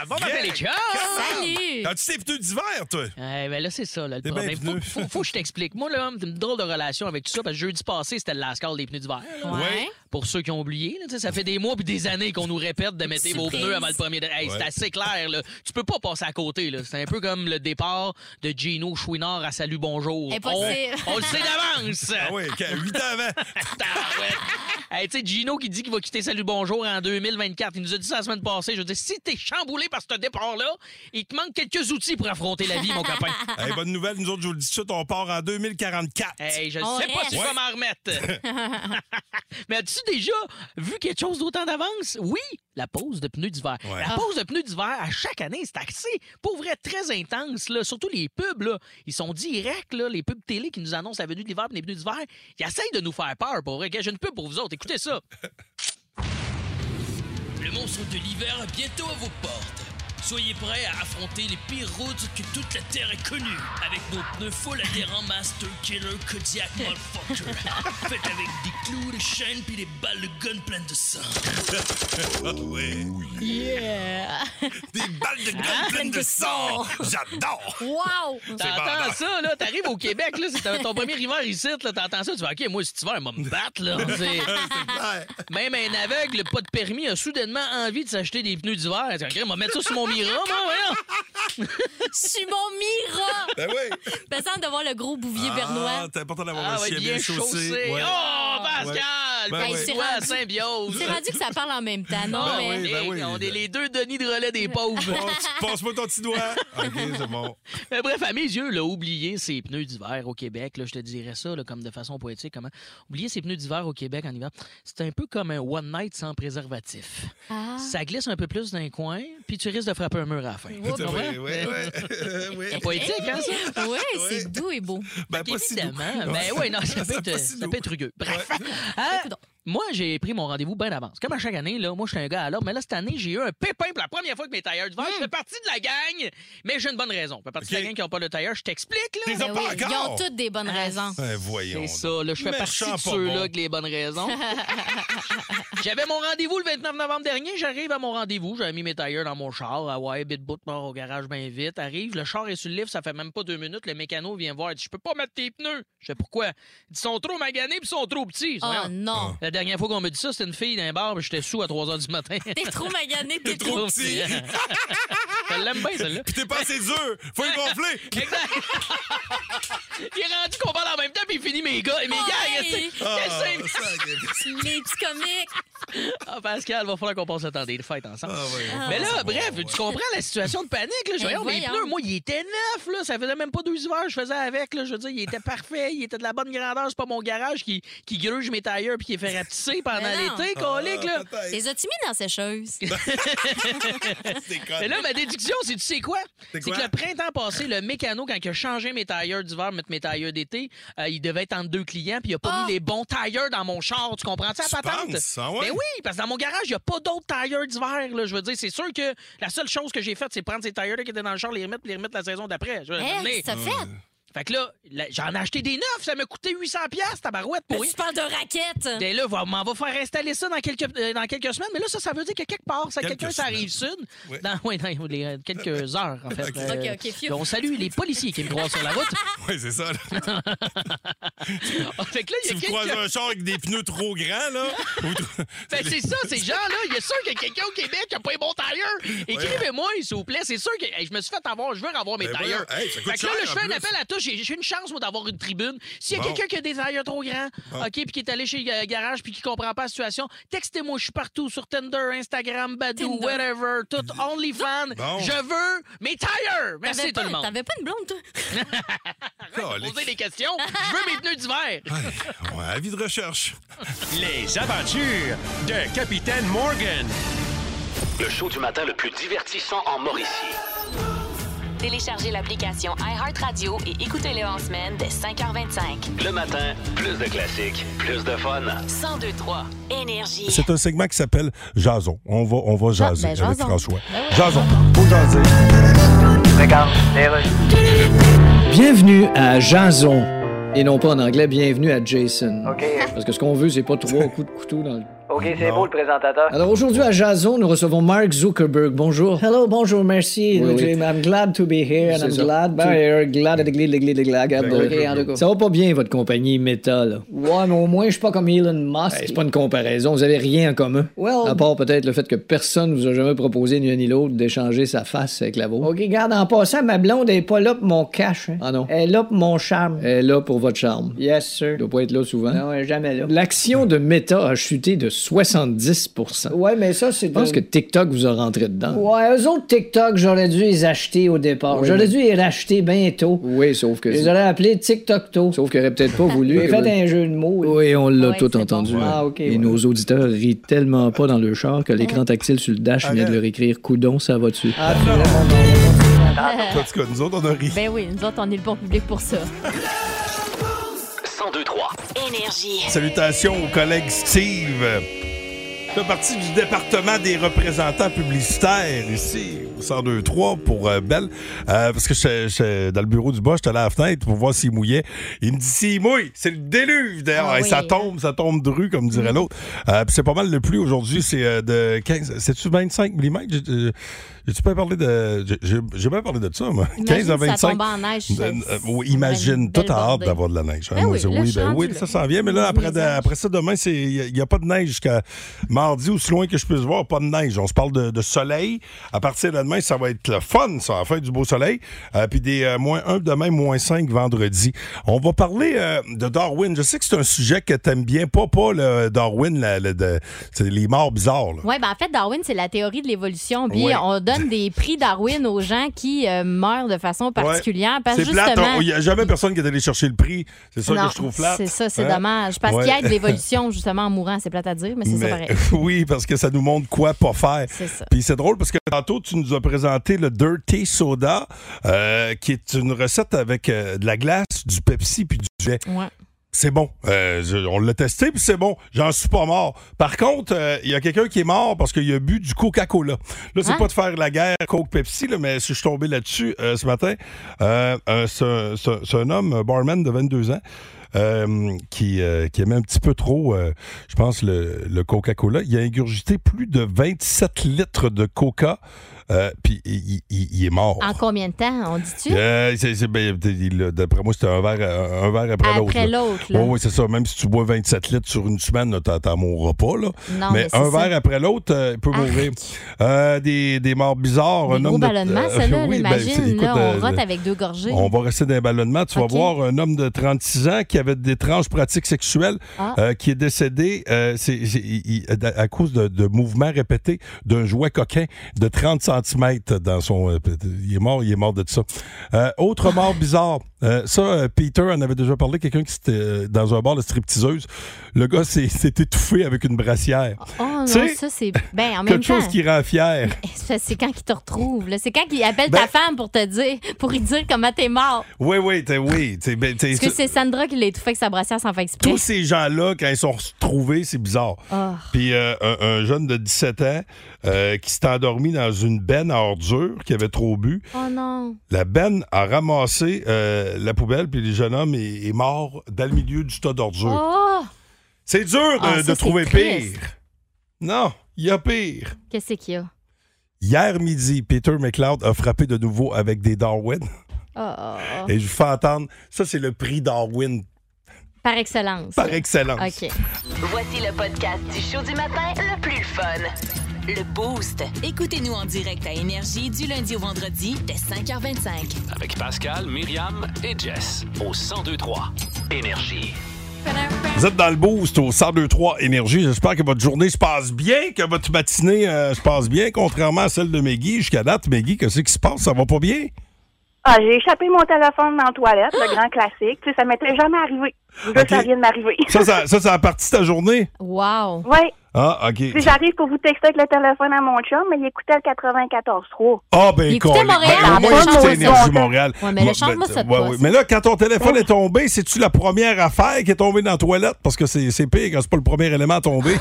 Bon
Yeah!
matin, les gars!
Salut!
As-tu tes pneus d'hiver, toi?
Eh ben là, c'est ça, là, le
T'es bien
problème. Faut,
venu.
faut, faut que je t'explique. Moi, là, j'ai une drôle de relation avec tout ça, parce que jeudi passé, c'était le lascar des pneus d'hiver. là.
Ouais.
Pour ceux qui ont oublié, là, tu sais, ça fait des mois puis des années qu'on nous répète de mettre vos
Surprise.
pneus avant le premier. de- Hey,
Ouais.
C'est assez clair, là. Tu peux pas passer à côté, là. C'est un peu comme le départ de Gino Chouinard à Salut Bonjour.
Impossible.
On, on le sait d'avance!
Ah oui, 8 ans avant.
Tabarouette. Hey, tu sais, Gino qui dit qu'il va quitter Salut Bonjour en 2024, il nous a dit ça la semaine passée. Je dis, si t'es chamboulé par ce départ-là, il te manque quelques outils pour affronter la vie, mon copain.
Hey, bonne nouvelle, nous autres, je vous le dis tout de suite, on part en 2044.
Hey, je
On
sais pas si je
reste.
vais m'en remettre. Mais as-tu déjà vu quelque chose d'autant d'avance? Oui, la pause de pneus d'hiver.
Ouais.
La pause de pneus d'hiver, à chaque année, c'est axé, pour vrai, très intense. Là. Surtout les pubs, là. ils sont directs, là, les pubs télé qui nous annoncent la venue de l'hiver et les pneus d'hiver. Ils essayent de nous faire peur, pour vrai. Regarde, J'ai une pub pour vous autres, écoutez ça. Le monstre de l'hiver est bientôt à vos portes. Soyez prêts à affronter les pires routes que toute la Terre ait connues avec nos pneus full adhérents Master Killer Kodiak Motherfucker. Faites avec des clous, des chaînes puis des balles de gun pleines de sang.
Ouais.
Yeah!
Des balles
Ah,
de gun pleines de sang! J'adore!
Wow!
T'entends
vendeur.
ça, là? T'arrives au Québec, là, c'est ton- ton premier hiver ici, là, t'entends ça, tu vas, OK, moi, si tu vas, il va me battre, là. C'est- Même un aveugle, pas de permis, a soudainement envie de s'acheter des pneus d'hiver. Tu vas, OK, on va mettre ça sur mon Mira, moi, voyons.
Je suis mon Mira!
Ben oui!
Pesant devant le gros bouvier bernois.
Ah, c'est important d'avoir
Ah,
un
ouais,
chien
bien chaussé.
Ouais.
Oh, Pascal!
Ben
Ben,
ouais.
c'est quoi, symbiose?
C'est rendu que ça parle en même temps, non?
Non,
mais...
oui. ben
Nick, On est les deux Denis de relais des pauvres.
Passe- Passe-moi ton petit doigt. OK, c'est bon.
Mais Euh, bref, à mes yeux, là, oublier ces pneus d'hiver au Québec, là, je te dirais ça là, comme de façon poétique, comment oublier ces pneus d'hiver au Québec en hiver, c'est un peu comme un one night sans préservatif.
Ah.
Ça glisse un peu plus d'un coin, puis tu risques de frapper un mur à la fin.
Oups.
Tu comprends?
Oui, oui, oui. oui.
C'est poétique, hein, ça?
Oui, c'est doux et beau.
Ben, pas si doux.
Évidemment. Ben oui, non, ça peut
pas
être,
si
ça
doux.
peut être rugueux. Bref. Hein? Moi, j'ai pris mon rendez-vous bien d'avance. Comme à chaque année, là, moi, je suis un gars à l'ordre, mais là, cette année, j'ai eu un pépin pour la première fois avec mes tailleurs de verre.
Hmm.
Je fais partie de la gang, mais j'ai une bonne raison. Je fais partie de la gang qui n'a pas de tailleur. Je t'explique, là.
Ben oui, Ils ont toutes des
Ah,
bonnes raisons.
Ben, voyons.
C'est ça, là, je fais
Méchant
partie de
pas
ceux-là
bon.
avec les bonnes raisons. J'avais mon rendez-vous le 29 novembre dernier, j'arrive à mon rendez-vous, j'avais mis mes tailleurs dans mon char, ah ouais, bit bout mort au garage bien vite, arrive, le char est sur le livre, ça fait même pas deux minutes, le mécano vient voir, il dit « Je peux pas mettre tes pneus ». Je fais « Pourquoi ?» Il dit « Ils sont trop maganés puis ils sont trop petits ».
Oh
Voyons. Ah.
non.
La dernière fois qu'on me dit ça, c'était une fille d'un bar, puis j'étais sous à 3 h du matin.
T'es trop magané, t'es
T'es trop
trop
petit.
petit.
Je l'aime bien, celle-là.
Puis t'es pas assez dur, faut y gonfler.
exact. il est rendu qu'on parle en même temps, puis il finit mes gars, mes
Ouais.
gars, tu sais.
Ah,
Qu'est-ce que c'est?
Les petits comiques.
Ah, Pascal, va falloir qu'on passe le temps des fêtes ensemble.
Ah,
Mais là,
c'est bon,
bref,
ouais.
tu comprends la situation de panique. Là. Je
Ben,
voyons, mes
voyons.
pneus, moi, ils étaient neufs. Là. Ça faisait même pas deux hivers que je faisais avec. Là. Je veux dire, ils étaient parfaits. Ils étaient de la bonne grandeur. C'est pas mon garage qui, qui gruge mes tailleurs puis qui les fait rapetisser pendant
Ben non.
l'été, colique. là.
Les as-tu mis dans la sécheuse?
Mais là, ma déduction, c'est tu sais quoi? C'est
C'est
que
quoi?
le printemps passé, le mécano, quand il a changé mes tailleurs d'hiver, mettre mes tailleurs d'été, euh, il devait être entre deux clients, puis il a
Ah!
pas
Eh,
mis les bons tailleurs dans mon char. Tu comprends ça,
Tu
patente?
penses, ah ouais?
Ben oui, parce que dans mon garage, il n'y a pas d'autres tailleurs d'hiver. là. Je veux dire, c'est sûr que la seule chose que j'ai faite, c'est prendre ces tailleurs-là qui étaient dans le char, les remettre, puis les remettre la saison d'après. Je veux
Hey,
donner.
Euh,
ça fait?
Fait que là, là, j'en ai acheté des neufs, ça m'a coûté 800 pièces ta barouette pour
Mais tu parles de raquettes.
Dès là, va- m'en va faire installer ça dans quelques euh, dans quelques semaines, mais là ça ça veut dire que quelque part, ça
Quelques
quelqu'un ça
semaines.
arrive sud dans ouais, dans les, euh, quelques heures en fait.
Ok. Ok, ok, phew.
donc, Euh, on salue les policiers qui me croisent sur la route.
Oui, c'est ça.
là. Ah, fait que là, il y a
Si vous
quelques-
croisez un char avec des pneus trop grands, là. ou trop-
Ben, c'est ça, ces gens-là. Il est sûr qu'il y a quelqu'un au Québec qui n'a pas les bons tailleurs. Écrivez-moi, s'il vous plaît. C'est sûr que hey, je me suis fait avoir. Je veux avoir mes
Ben
tailleurs.
voyons. Hey, ça coûte
fait que là, là,
cher,
je
en
fais un
plus.
appel à tous. J'ai j'ai une chance, moi, d'avoir une tribune. S'il y a
Bon. Ah.
quelqu'un qui a des tailleurs trop grands,
Bon.
OK, puis qui est allé chez le garage, puis qui comprend pas la situation, textez-moi. Je suis partout sur Tinder, Instagram, Badoo,
Tinder.
whatever, tout, OnlyFans.
Bon.
Je veux mes tailleurs. Merci,
T'avais
tout
pas-
le monde.
T'avais pas une blonde, toi?
Arrête de poser des questions. Je veux mes pneus d'hiver.
Ouais, avis de recherche.
Les aventures de Capitaine Morgan.
Le show du matin le plus divertissant en Mauricie.
Téléchargez l'application iHeartRadio et écoutez-le en semaine dès 5h25.
Le matin, plus de classiques, plus de fun.
1023 Énergie.
C'est un segment qui s'appelle Jason. On va, on va jaser
ben,
avec
jasons.
François.
Ben oui.
Jason, faut jaser.
Regarde, les
Bienvenue à Jason. Et non pas en anglais, bienvenue à Jason.
OK. euh,
Parce que ce qu'on veut, c'est pas trois coups de couteau dans le.
OK, c'est beau le présentateur.
Alors aujourd'hui à Jason, nous recevons Mark Zuckerberg. Bonjour.
Hello, bonjour, merci.
Oui,
Donc,
oui.
j'ai- I'm glad to be here and
C'est
I'm
ça.
glad.
Tu-
Ben, you're glad, glad, glad, glad, glad.
Ben,
glad.
oui,
Ok, en
oui.
tout cas.
Ça va pas bien, votre compagnie Meta, là.
Ouais, mais au moins, je suis pas comme Elon Musk.
C'est pas une comparaison, vous avez rien en commun.
Well-
à part peut-être le fait que personne vous a jamais proposé, ni un ni l'autre, d'échanger sa face avec la vôtre.
Ok, garde en passant, ma blonde est pas là pour mon cash. hein.
Ah non.
Elle est là pour mon charme.
Elle est là pour votre charme.
Yes, sir.
doit pas être là souvent.
Non, elle est jamais là.
L'action de Meta a chuté de 70
Ouais, mais ça, c'est.
Je pense que TikTok vous a rentré dedans.
Euh, Ouais, eux autres TikTok, j'aurais dû les acheter au départ.
Oui,
j'aurais
mais-
dû les racheter bientôt.
Oui, sauf
Je
que.
les aurais appelés TikTok-to.
Sauf qu'il aurait peut-être pas voulu.
J'ai
que-
fait un jeu de mots. là.
Oui, on l'a
Ouais,
tout
c'est
entendu.
bon. Ah, ok,
Et
ouais.
nos auditeurs rient tellement pas dans le char que l'écran tactile sur le dash venait de leur écrire Coudon, ça va dessus.
Ah,
En tout cas, nous autres, on a ri.
Ben oui, nous autres, on est le bon public pour ça.
1023
Énergie.
Salutations au collègue Steve. fait partie du département des représentants publicitaires ici, au 102-3 pour euh, Belle. Euh, parce que j'étais- j'étais dans le bureau du bas, j'étais allé à la fenêtre pour voir s'il mouillait. Il me dit s'il mouille, c'est le déluve d'ailleurs.
Ah
Et Ça
oui,
tombe, ça tombe de rue, comme
Mm.
dirait l'autre. Euh, puis c'est pas mal le pluie aujourd'hui, c'est euh, de 15. C'est-tu 25 mm? J'ai- euh, J'ai-tu pas parlé de. j'ai- J'ai j'ai pas parlé de ça, moi.
Imagine
15 à
si ça
25.
tombe en neige, ça-
Euh, euh, oui, imagine,
une belle
tout a hâte
bordée.
d'avoir de la neige.
Ben
Moi,
oui,
c'est-
là, je suis
ben
rendu
oui,
là.
ça s'en vient. Mais là, après,
Les
de- après ça, demain, il n'y a, pas de neige jusqu'à mardi, aussi loin que je puisse voir, pas de neige. On se parle de, de soleil. À partir de demain, ça va être le fun, ça, la fin du beau soleil. Euh, puis des euh, moins 1 demain, moins 5 vendredi. On va parler euh, de Darwin. Je sais que c'est un sujet que t'aimes bien. Pas, pas le Darwin, la- la- de- c'est les morts bizarres. là.
Oui, ben en fait, Darwin, c'est la théorie de l'évolution. Puis
Ouais.
on donne des prix Darwin aux gens qui euh, meurent de façon particulière.
Ouais.
Parce que
c'est plate.
Ben, justement.
Il n'y a jamais personne qui est allé chercher le prix. C'est ça
Non,
que je trouve plate.
C'est ça, c'est
Hein?
dommage. Parce qu'il y
Ouais.
a de l'évolution, justement, en mourant. C'est plate à dire, mais c'est ça
Mais-
pareil.
oui, parce que ça nous montre quoi pas faire. Puis c'est drôle parce que tantôt, tu nous as présenté le Dirty Soda, euh, qui est une recette avec euh, de la glace, du Pepsi puis du jet. C'est bon. Euh, je- on l'a testé, puis c'est bon. J'en suis pas mort. Par contre, euh, il y a quelqu'un qui est mort parce qu'il a bu du Coca-Cola. Là, c'est
Hein?
pas de faire la guerre Coke-Pepsi, là, mais si je suis tombé là-dessus euh, ce matin, Euh, euh, c'est un- c'est un- c'est un homme, un barman de 22 ans, euh, qui, euh, qui aimait un petit peu trop, euh, je pense, le, le Coca-Cola. Il a ingurgité plus de 27 litres de Coca, euh, puis il- il- il- il est mort.
En combien de temps, on dit-tu?
Euh, c'est- c'est- ben, il a- D'après moi, c'était un verre, euh, un verre après l'autre.
Après
là.
l'autre, là.
Oui, oui, c'est ça. Même si tu bois 27 litres sur une semaine, là, t'en t'en mourras pas. Là.
Non, mais c'est
un
ça.
verre après l'autre, euh, il peut mourir. Euh, des, des morts bizarres.
Des
un
gros
homme de-
ballons de masse,
euh,
ça, là,
oui, ben,
l'imagine,
c'est- écoute,
là, on
euh,
rote avec deux gorgées.
on va rester dans les ballonnements. Tu vas
Ok.
voir un homme de 36 ans qui avait d'étranges pratiques sexuelles,
Ah.
euh, qui est décédé euh, c'est- c'est- il- il- à cause de, de mouvements répétés d'un jouet coquin de 30 cm dans son. euh, il est mort, il est mort de ça. Euh,
Ah.
autre mort bizarre. Euh, ça, euh, Peter en avait déjà parlé, quelqu'un qui était euh, dans un bar de stripteaseuse. Le gars s'est s'est étouffé avec une brassière.
Oh non,
Tu sais,
ça, c'est. Ben, en même
quelque
temps.
chose qui rend fier.
Ça, C'est quand qu'ils te retrouvent. là. C'est quand qu'ils appellent
Ben-
ta femme pour te dire, pour lui dire comment t'es mort.
Oui, oui, t'es- oui. t'es- ben, t'es-
Parce que c'est Sandra qui l'a étouffé avec sa brassière sans faire exprès.
tous ces gens-là, quand ils sont retrouvés, c'est bizarre.
Ah.
Puis euh, un, un jeune de 17 ans euh, qui s'est endormi dans une benne à ordures, qui avait trop bu.
Oh non.
La benne a ramassé euh, la poubelle, puis le jeune homme est, est mort dans le milieu du tas d'ordures.
Oh!
C'est dur de,
Ah,
de
ça, c'est
trouver
triste.
pire. Non, il y a pire.
Qu'est-ce qu'il y a?
Hier midi, Peter McLeod a frappé de nouveau avec des Darwin.
Oh, oh, oh.
Et je vous fais entendre, ça c'est le prix Darwin
Par excellence.
par excellence.
OK.
Voici le podcast du show du matin le plus fun. Le Boost.
Écoutez-nous en direct à Énergie du lundi au vendredi dès 5h25.
Avec Pascal, Myriam et Jess au 1023 Énergie.
Vous êtes dans le boost au 1023 Énergie. J'espère que votre journée se passe bien, que votre matinée euh, se passe bien, contrairement à celle de Meggy. Jusqu'à date, Meggy, qu'est-ce qui se passe? Ça va pas bien?
Ah, j'ai échappé mon téléphone dans la toilette, le grand classique. Tu sais, ça m'était jamais arrivé. Là, ça
Ok.
vient de m'arriver.
Ça, ça, ça, ça a parti ta journée?
Wow.
Oui.
Ah, OK.
Si j'arrive pour vous texter avec le téléphone à mon chum, mais il écoutait le 94.3.
Ah, ben,
écoutait
colin.
Montréal,
Ben, au
la
moins,
bonne
écoutez
raison.
Énergie Montréal.
Ouais, mais là,
Moi,
change-moi
ben,
ça de
ouais,
poste.
ouais. Mais là, quand ton téléphone est tombé, c'est-tu la première affaire qui est tombée dans la toilette? Parce que c'est c'est pire quand c'est pas le premier élément à tomber.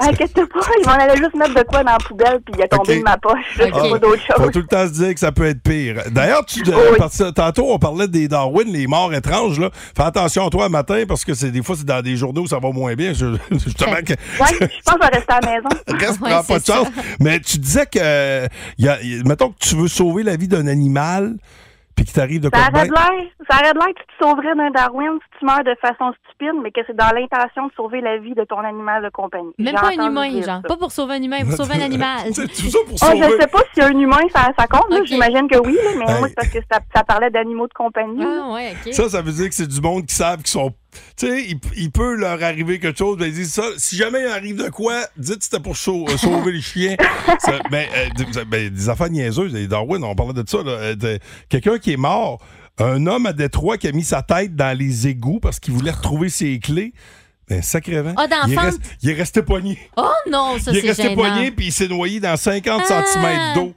Inquiète-toi pas, il m'en allait juste mettre de quoi dans la poubelle, puis il est tombé
Ok.
de ma poche. Là, c'est
Ah,
pas d'autre
Faut
chose.
tout le temps se dire que ça peut être pire. D'ailleurs, tu, euh, parce que tantôt, on parlait des Darwin, les morts étranges. Là. Fais attention à toi le matin parce que c'est des fois, c'est dans des journaux où ça va moins bien. Je, justement, que,
Oui, je pense que je vais rester à la maison.
reste, prends pas de chance. Mais tu disais que, euh, y a- y- mettons que tu veux sauver la vie d'un animal puis qu'il t'arrive de
Ça
quoi de
aurait de
bien.
l'air ça aurait de l'air que tu te sauverais d'un Darwin si tu meurs de façon stupide, mais que c'est dans l'intention de sauver la vie de ton animal de compagnie.
Même
J'ai
pas
entendu
un humain,
dire
genre.
ça.
Pas pour sauver un humain, pour sauver un animal.
C'est tout ça pour
Ah, je sais pas si un humain, ça, ça compte. là. J'imagine que oui, là, mais
Hey.
moi, c'est parce que ça, ça parlait d'animaux de compagnie. Ah,
ouais, OK.
Ça, ça veut dire que c'est du monde qui savent qu'ils sont. Tu sais, il, il peut leur arriver quelque chose. Ben, ils disent ça. Si jamais il arrive de quoi, dites que c'était pour sau- euh, sauver les chiens. Ça, ben, euh, d- ben, des affaires niaiseuses. Les Darwin, on parlait de ça. là, euh, de- Quelqu'un qui est mort, un homme à Détroit qui a mis sa tête dans les égouts parce qu'il voulait retrouver ses clés. Ben, sacrément.
Ah, dans
il, est
la
rest-
fente.
il est resté poigné.
Oh non, ça,
il est
c'est
resté
gênant.
poigné puis il s'est noyé dans 50 cm d'eau.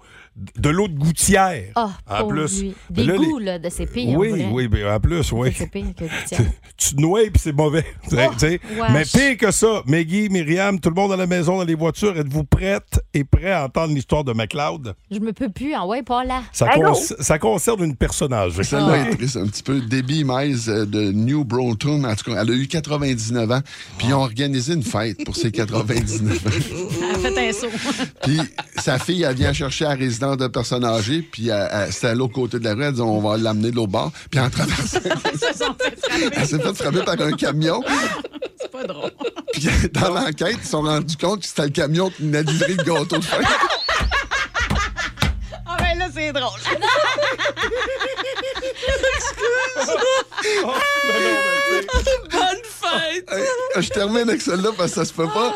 De l'eau de gouttière.
Ah,
En
pauvre
plus.
lui.
Ben
Des
là, les-
goûts, là, de ses pires.
oui,
en vrai.
oui, ben, en plus, oui.
C'est pire que le tien.
Tu- tu te noies puis c'est mauvais. Tu
Oh,
sais, tu sais.
wesh.
Mais pire que ça, Maggie, Myriam, tout le monde à la maison, dans les voitures, êtes-vous prête et prêt à entendre l'histoire de McLeod?
Je me peux plus. En ouais, pas là.
Ça, con- ça concerne une personnage. Ah.
Celle-là est triste un petit peu. Debbie Miles euh, de New Broughton, en tout cas, elle a eu 99 ans, puis ils ont organisé une fête pour ses 99 ans.
Elle a fait un saut.
Puis sa fille, elle vient chercher la résidence d'un personne âgée, puis elle- elle- c'était à l'autre côté de la rue, elle dit on va l'amener de l'autre bord, puis en traversant, elle s'est fait frapper par un camion.
C'est pas drôle.
Puis dans l'enquête, ils se sont rendus compte que c'était le camion qui venait de livrer le gâteau de fête.
Ah ben là, c'est drôle. Bonne fête!
Je termine avec celle-là parce que ça se peut pas.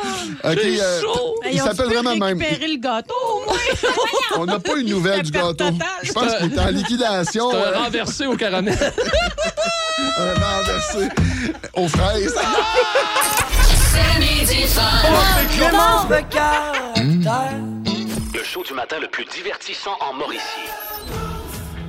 OK,
J'ai
euh,
chaud.
il s'appelle vraiment même.
récupérer le gâteau, au moins.
On n'a pas une nouvelle du gâteau. Je pense qu'il est en liquidation.
C'est un
renversé au caramel. un renversé aux fraises.
C'est midi fun.
Clémence
Le show du matin le plus divertissant en Mauricie.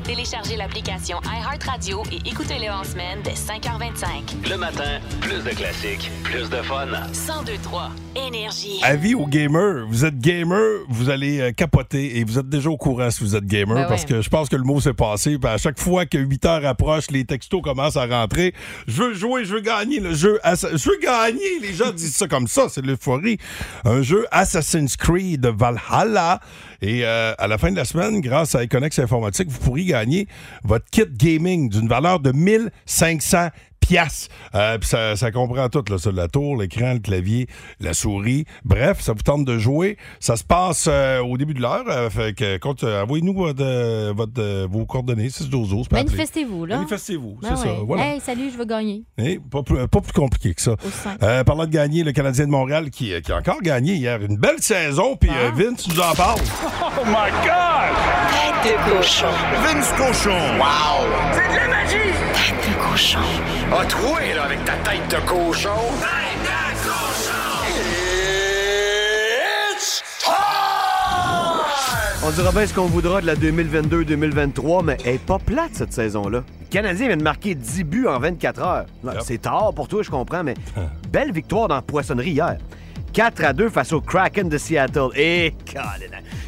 Téléchargez l'application iHeartRadio et écoutez-le en semaine dès 5h25.
Le matin, plus de classiques, plus de fun.
1023 Énergie.
Avis aux gamers. Vous êtes gamer, vous allez euh, capoter et vous êtes déjà au courant si vous êtes gamer
Ben
parce
ouais.
que je pense que le mot s'est passé. Puis à chaque fois que 8 heures approche, les textos commencent à rentrer. Je veux jouer, je veux gagner le jeu. Assa- Je veux gagner. Les gens disent ça comme ça, c'est de l'euphorie. Un jeu Assassin's Creed Valhalla. Et euh, à la fin de la semaine, grâce à Econex Informatique, vous pourrez gagner votre kit gaming d'une valeur de 1500 piastres. Euh, puis ça, ça comprend tout, là, ça, la tour, l'écran, le clavier, la souris. Bref, ça vous tente de jouer. Ça se passe euh, au début de l'heure. euh, fait que, compte, euh, envoyez-nous votre, euh, votre, euh, vos coordonnées, 6 12 11
Manifestez-vous, là.
Manifestez-vous,
Ben
c'est ça,
ouais.
voilà.
Hey, salut, je veux gagner.
Eh, pas, plus, pas plus compliqué que ça.
sein.
Euh, parlant de gagner, le Canadien de Montréal qui, euh, qui a encore gagné hier. Une belle saison, puis
Ah.
euh, Vince nous en parle.
Oh my God! Tête de cochon. Vince cochon. Wow! C'est de la magie! Tête de cochon. Ah, troué, là, avec ta tête de cochon. Tête de cochon! It's
On dira bien ce qu'on voudra de la 2022-2023, mais elle est pas plate cette saison-là. Le Canadien vient de marquer 10 buts en 24 heures. Ouais, C'est tard pour toi, je comprends, mais belle victoire dans la poissonnerie hier. 4 à 2 face au Kraken de Seattle. Eh, Et Colin,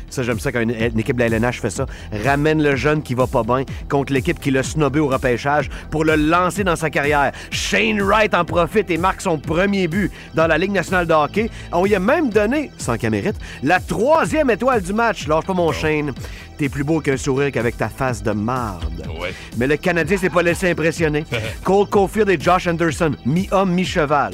ça j'aime ça quand une, une équipe de la LNH fait ça. Ramène le jeune qui va pas bien contre l'équipe qui l'a snobé au repêchage pour le lancer dans sa carrière. Shane Wright en profite et marque son premier but dans la Ligue nationale de hockey. On lui a même donné, sans qu'elle mérite, la troisième étoile du match. Lâche pas mon Shane. T'es plus beau qu'un sourire qu'avec ta face de marde. Mais le Canadien s'est pas laissé impressionner. Cole Caulfield et Josh Anderson, mi-homme, mi-cheval,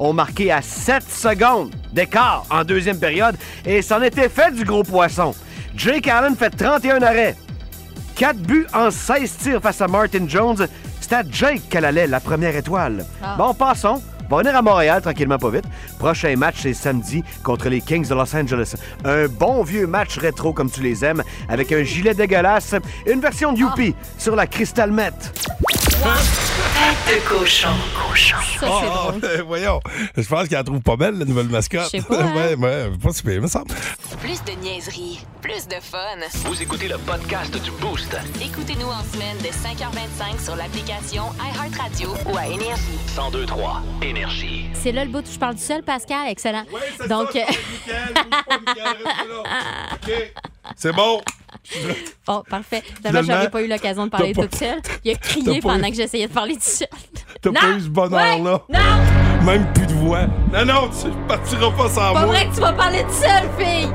ont marqué à 7 secondes d'écart en deuxième période et s'en était fait du gros poisson. Jake Allen fait 31 arrêts. 4 buts en 16 tirs face à Martin Jones. C'était à Jake qu'elle allait, la première étoile.
Ah.
Bon, passons. On va venir à Montréal tranquillement, pas vite. Prochain match, c'est samedi contre les Kings de Los Angeles. Un bon vieux match rétro comme tu les aimes, avec un gilet dégueulasse et une version de Youpi sur la Crystal Met.
Tête de cochon. Cochon.
Ah, ah, voyons, je pense qu'elle la trouve pas belle, la nouvelle mascotte.
Je sais pas, hein?
ouais, ouais, pas super, il me semble.
Plus de niaiserie, plus de fun.
Vous écoutez le podcast du Boost.
Écoutez-nous en semaine de 5h25 sur l'application iHeartRadio ou à Énergie.
1023 Énergie.
ah.
C'est là le bout où je parle du seul, Pascal. Excellent. Donc,
euh,
euh,
C'est bon.
bon, oh, parfait. Finalement,
Finalement,
j'aurais pas eu l'occasion de parler
t'as pas-
toute seule. Il a
t'as pas
crié
eu- Oh
pendant que j'essayais de parler du seul.
T'as
Non!
pas eu ce bonheur-là. Non! Même plus de voix. Non, non, tu partiras pas sans
Pas
Ah, moi.
vrai que tu vas parler du seul, fille!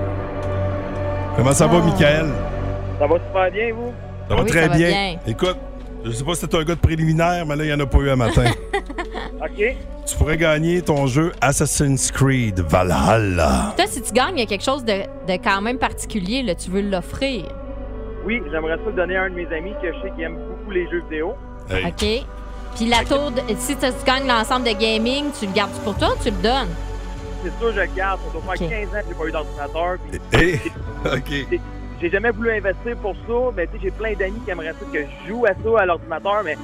Comment ça va, Michael?
Ah. Ça va super bien, vous?
Ça va
Oui,
très
ça va
bien.
bien.
Écoute, je sais pas si t'es un gars de préliminaire, mais là, il y en a pas eu un matin.
OK.
tu pourrais gagner ton jeu Assassin's Creed Valhalla.
Toi, si tu gagnes, il y a quelque chose de, de quand même particulier, là. Tu veux l'offrir.
Oui, j'aimerais ça le donner à un de mes amis que je sais qu'il aime beaucoup les jeux vidéo.
OK? Puis la tour, de- si tu tu gagnes l'ensemble de gaming, tu le gardes pour toi ou tu le donnes?
C'est sûr, je le garde. Ça doit faire 15 ans que j'ai pas eu d'ordinateur. puis
Eh, OK.
J'ai jamais voulu investir pour ça, mais tu sais, j'ai plein d'amis qui aimeraient ça que je joue à ça à l'ordinateur, mais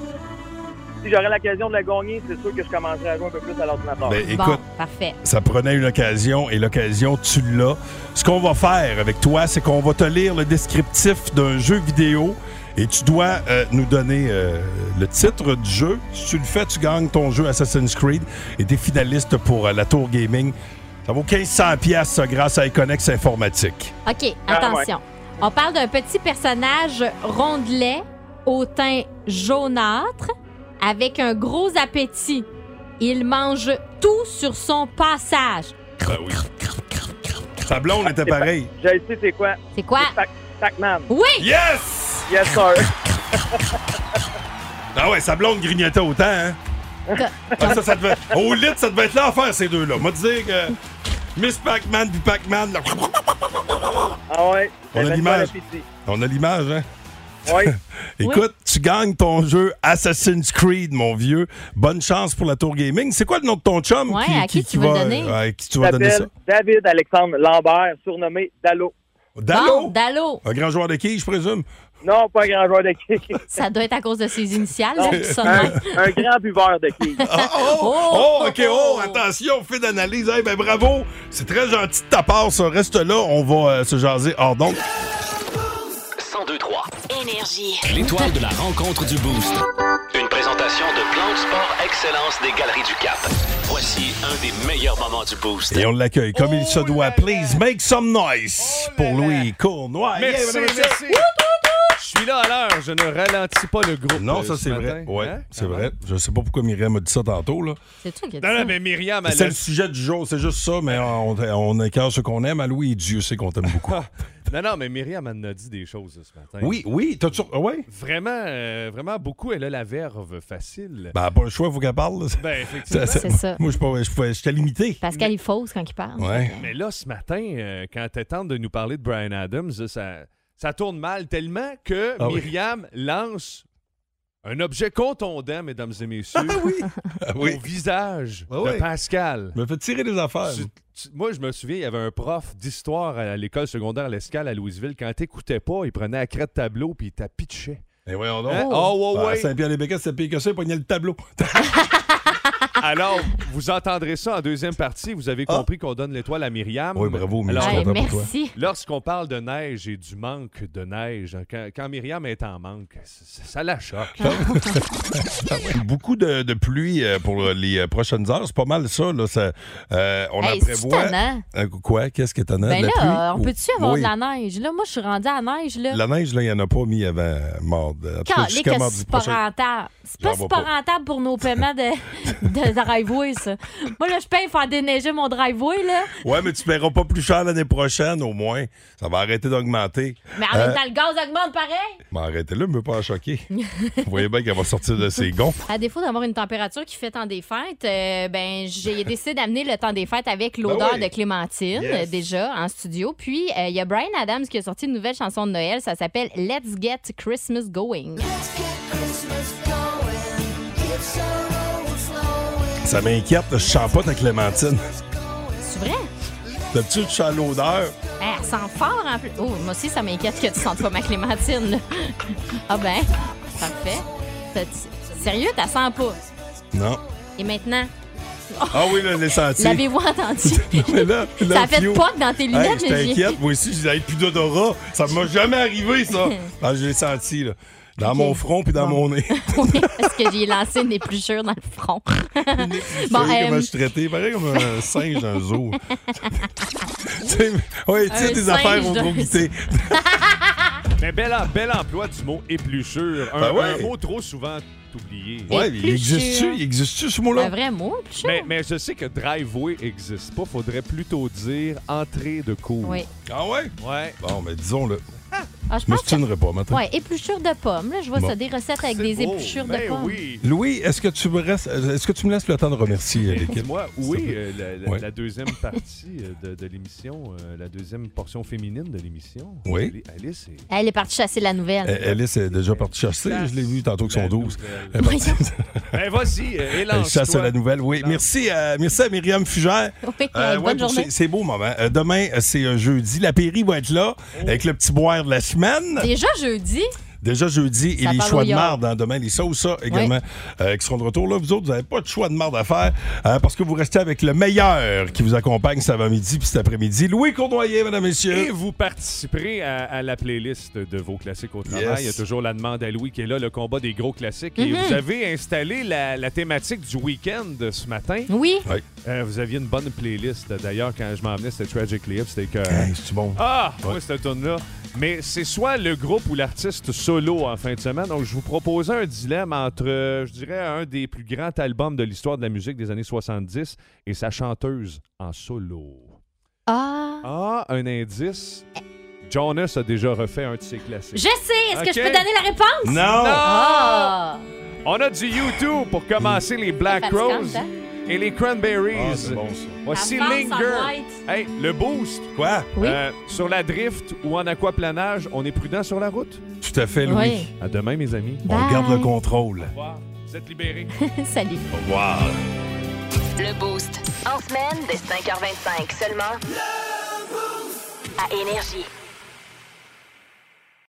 si j'aurais l'occasion de le gagner, c'est sûr que je commencerais à jouer un peu plus à l'ordinateur.
Ben, écoute,
parfait.
Ça prenait une occasion et l'occasion, tu l'as. Ce qu'on va faire avec toi, c'est qu'on va te lire le descriptif d'un jeu vidéo et tu dois euh, nous donner euh, le titre du jeu. Si tu le fais, tu gagnes ton jeu Assassin's Creed et t'es finaliste pour euh, la Tour Gaming. Ça vaut 1500 pièces grâce à Econex Informatique.
OK,
Ah,
attention.
ouais.
On parle d'un petit personnage rondelet au teint jaunâtre avec un gros appétit. Il mange tout sur son passage.
Ben oui. Ta blonde était pareil.
Je le sais, c'est quoi?
C'est quoi?
Pac- Pac-Man.
Oui!
Yes!
Yes, sir.
Ah ouais, sa blonde grignotait autant, hein? Ah, ça, ça devait- Au lit, ça devait être l'enfer, ces deux-là. Moi, dire que Miss Pac-Man puis Pac-Man, là,
Ah ouais.
On a
j'avais
l'image.
pas l'appétit.
on a l'image, hein?
Oui.
Écoute, tu gagnes ton jeu Assassin's Creed, mon vieux. Bonne chance pour la Tour Gaming. C'est quoi le nom de ton chum?
Ouais, à qui tu
vas
veux le donner?
à qui tu vas donner ça?
S'appelle David Alexandre Lambert, surnommé Dalo.
Dallo?
Dallo.
Un grand joueur de qui, je présume?
Non, pas un grand joueur de qui.
Ça doit être à cause de ses initiales, là,
Non,
puis son
un,
nom.
un grand buveur de qui.
Ah,
Oh, OK, oh, attention, fait d'analyse. Eh ben, bravo. C'est très gentil de ta part, ça. Reste là, on va euh, se jaser hors donc.
1023
Énergie.
L'étoile de la rencontre du Boost. Une présentation de Plan de Sport Excellence des Galeries du Cap. Voici un des meilleurs moments du Boost.
Et on l'accueille comme il
Oh,
se doit. Please make some noise pour Louis Cournois. Yeah,
Merci,
mesdames et messieurs.
merci. Je suis là à l'heure, je ne ralentis pas le groupe.
Non,
euh,
ça
ce
c'est vrai.
matin.
Ouais,
Hein?
c'est vrai. Je sais pas pourquoi Myriam a dit ça tantôt là.
C'est toi qui as dit
Non,
ça.
Hein?
non, mais Myriam, elle
C'est
a-
le sujet du jour, c'est juste ça,
Ben.
mais on, on écœure ce qu'on aime à Louis. Dieu sait qu'on t'aime beaucoup.
Non, non, mais Myriam, elle en a dit des choses ce matin.
oui, oui, t'as-tu. ah Ouais?
Vraiment, euh, vraiment beaucoup. Elle a la verve facile.
Ben, pas le choix, faut qu'elle parle. là.
Ben, effectivement.
C'est ça.
Moi, je suis pas- je pouvais- j'étais limité.
Pascal, il fausse quand il parle.
Mais là, ce matin, euh, quand elle tente de nous parler de Brian Adams, là, ça, ça tourne mal tellement que
Ah oui.
Myriam lance un objet contondant, mesdames et messieurs, au visage
Ah
de
oui.
Pascal.
Me fait tirer des affaires.
Tu- tu- moi, je me souviens, il y avait un prof d'histoire à l'école secondaire L'Escale à Louisville. Quand t'écoutais pas, il prenait la crête tableau puis il t'apitchait.
Et voyons donc.
Hein? Oh, ouais,
Ben,
ouais.
Saint-Pierre-les-Bécasses, c'est pire que ça, il pognait le tableau.
Alors, vous entendrez ça en deuxième partie. Vous avez compris qu'on donne l'étoile à Myriam.
Oui, Ah. bravo, Myriam,
Alors,
je suis content pour toi.
Eh, Merci.
Lorsqu'on parle de neige et du manque de neige, quand, quand Myriam est en manque, ça, ça la choque.
Ah, Beaucoup de, de pluie euh, pour les euh, prochaines heures. C'est pas mal ça. Là, ça euh, on
Hey,
en
c'est-tu
prévoit.
tannant?
Euh, quoi? Qu'est-ce qui est tannant?
Ben
De la
là,
pluie? Oh,
on peut-tu avoir
Oui.
de la neige? Là, moi, je suis rendue à la neige. Là.
La neige, là, il n'y en a pas mis avant mardi. En tout cas,
Quand, les
jusqu'à
que
mardi
c'est pas
prochain.
rentable. C'est
J'en
pas,
vois
c'est pas
pas.
rentable pour nos paiements de, de driveway, ça. Moi, là, je paye pour faire déneiger mon driveway, là.
Ouais, mais tu paieras pas plus cher l'année prochaine, au moins. Ça va arrêter d'augmenter.
Mais en
Euh,
même temps, le gaz augmente pareil.
Mais arrêtez-le, me pas en choquer. Vous voyez bien qu'elle va sortir de ses gonds.
À défaut d'avoir une température qui fait temps des fêtes, euh, ben j'ai décidé d'amener le temps des fêtes avec l'odeur
Ben oui.
de clémentine
Yes.
euh, déjà en studio. Puis euh, il y a Brian Adams qui a sorti une nouvelle chanson de Noël, ça s'appelle Let's Get Christmas Going.
Ça m'inquiète, je chante pas ta clémentine.
C'est vrai?
D'habitude, tu sens l'odeur.
Hey, elle sent fort en plus. Oh, moi aussi ça m'inquiète que tu sentes pas ma clémentine. là. ah ben, parfait. T'as- Sérieux, t'as sens pas.
Non.
Et maintenant,
Ah oui, là, les sentiers.
l'avez-vous entendu?
Mais là, là,
Ça a fait
Fio.
poc dans tes lunettes,
Hey, je
mais j'ai-
t'inquiète, moi aussi, j'ai plus d'odorat. Ça m'a jamais arrivé, ça. Ah, je l'ai senti, là. Dans mon front puis dans mon nez.
Oui, parce que j'ai lancé une épluchure dans le front.
Vous savez
euh,
comment je suis traité? Pareil comme un singe dans un zoo. Tu sais, ouais, tu
Un
sais, des
singe
affaires au
dans
gros
un
guité.
Mais bel, em- bel emploi du mot épluchure. Un,
Ben ouais.
un mot trop souvent oublié.
Ouais, il existe-tu? Il existe-tu, ce mot-là?
vrai mot,
mais, mais je sais que driveway existe pas. Faudrait plutôt dire entrée de cours.
Oui.
Ah ouais?
Ouais.
Bon, mais disons-le.
Ah, je
Je me
pense que...
stinerai pas, maintenant.
Ouais, épluchure de pommes. Là, je vois
Bon.
ça, des recettes avec des épluchures
Ben
de pommes.
Louis, est-ce que tu me restes- euh, est-ce que tu me laisses le temps de remercier euh, l'équipe?
Dis-moi, où est euh, la, la-
Ouais.
la deuxième partie euh, de, de l'émission, euh, la deuxième portion féminine de l'émission?
Oui.
Alice est...
Elle est partie chasser la nouvelle.
Euh, Alice est déjà partie chasser. Je l'ai vu tantôt qu'ils sont 12. Elle est
Voyons.
partie-
Ben vas-y, euh,
Elle
élance-toi.
chasse la nouvelle. Oui, merci, euh, merci à Myriam Fugère.
Oui, Euh, bonne
Euh, pour
journée.
ces- Ces beaux moments. Euh, demain, euh, c'est euh, jeudi. La Périe va être là
Oh.
avec le petit boire de la semaine.
Déjà jeudi,
Déjà jeudi,
Ça
et les
parle
choix
au
de
yard.
marde hein, demain, les sauces ça, également, euh, qui seront de retour. Là, vous autres, vous n'avez pas de choix de marde à faire euh, parce que vous restez avec le meilleur qui vous accompagne cet avant-midi puis cet après-midi. Louis Cournoyer, mesdames, messieurs.
Et vous participerez à, à la playlist de vos classiques au travail.
Yes.
Il y a toujours la demande à Louis qui est là, le combat des gros classiques.
Mhm.
Et vous avez installé la, la thématique du week-end euh, ce matin.
Oui.
Euh, vous aviez une bonne playlist. D'ailleurs, quand je m'emmenais, c'était Tragic Lips. C'était que.
bon.
Ah, oui, cette tune-là. Mais c'est soit le groupe ou l'artiste solo en fin de semaine. Donc, je vous proposais un dilemme entre, euh, je dirais, un des plus grands albums de l'histoire de la musique des années 70 et sa chanteuse en solo.
Ah.
Ah, un indice. Jonas a déjà refait un de ses classiques.
je sais. Est-ce que je peux
Ok.
donner la réponse?
Non.
Ah.
On a du YouTube pour commencer les Black
Fatigante,
Rose
hein?
et les Cranberries. Voici
Avance en
Linger.
white.
Hey, le boost. Euh,
Quoi?
sur la drift ou en aquaplanage, on est prudent sur la route?
Tout à fait, Louis. Oui.
À demain, mes amis.
On garde le contrôle.
Vous êtes libérés.
Salut.
Au revoir.
Le Boost. En semaine, dès 5h25 seulement. À Énergie.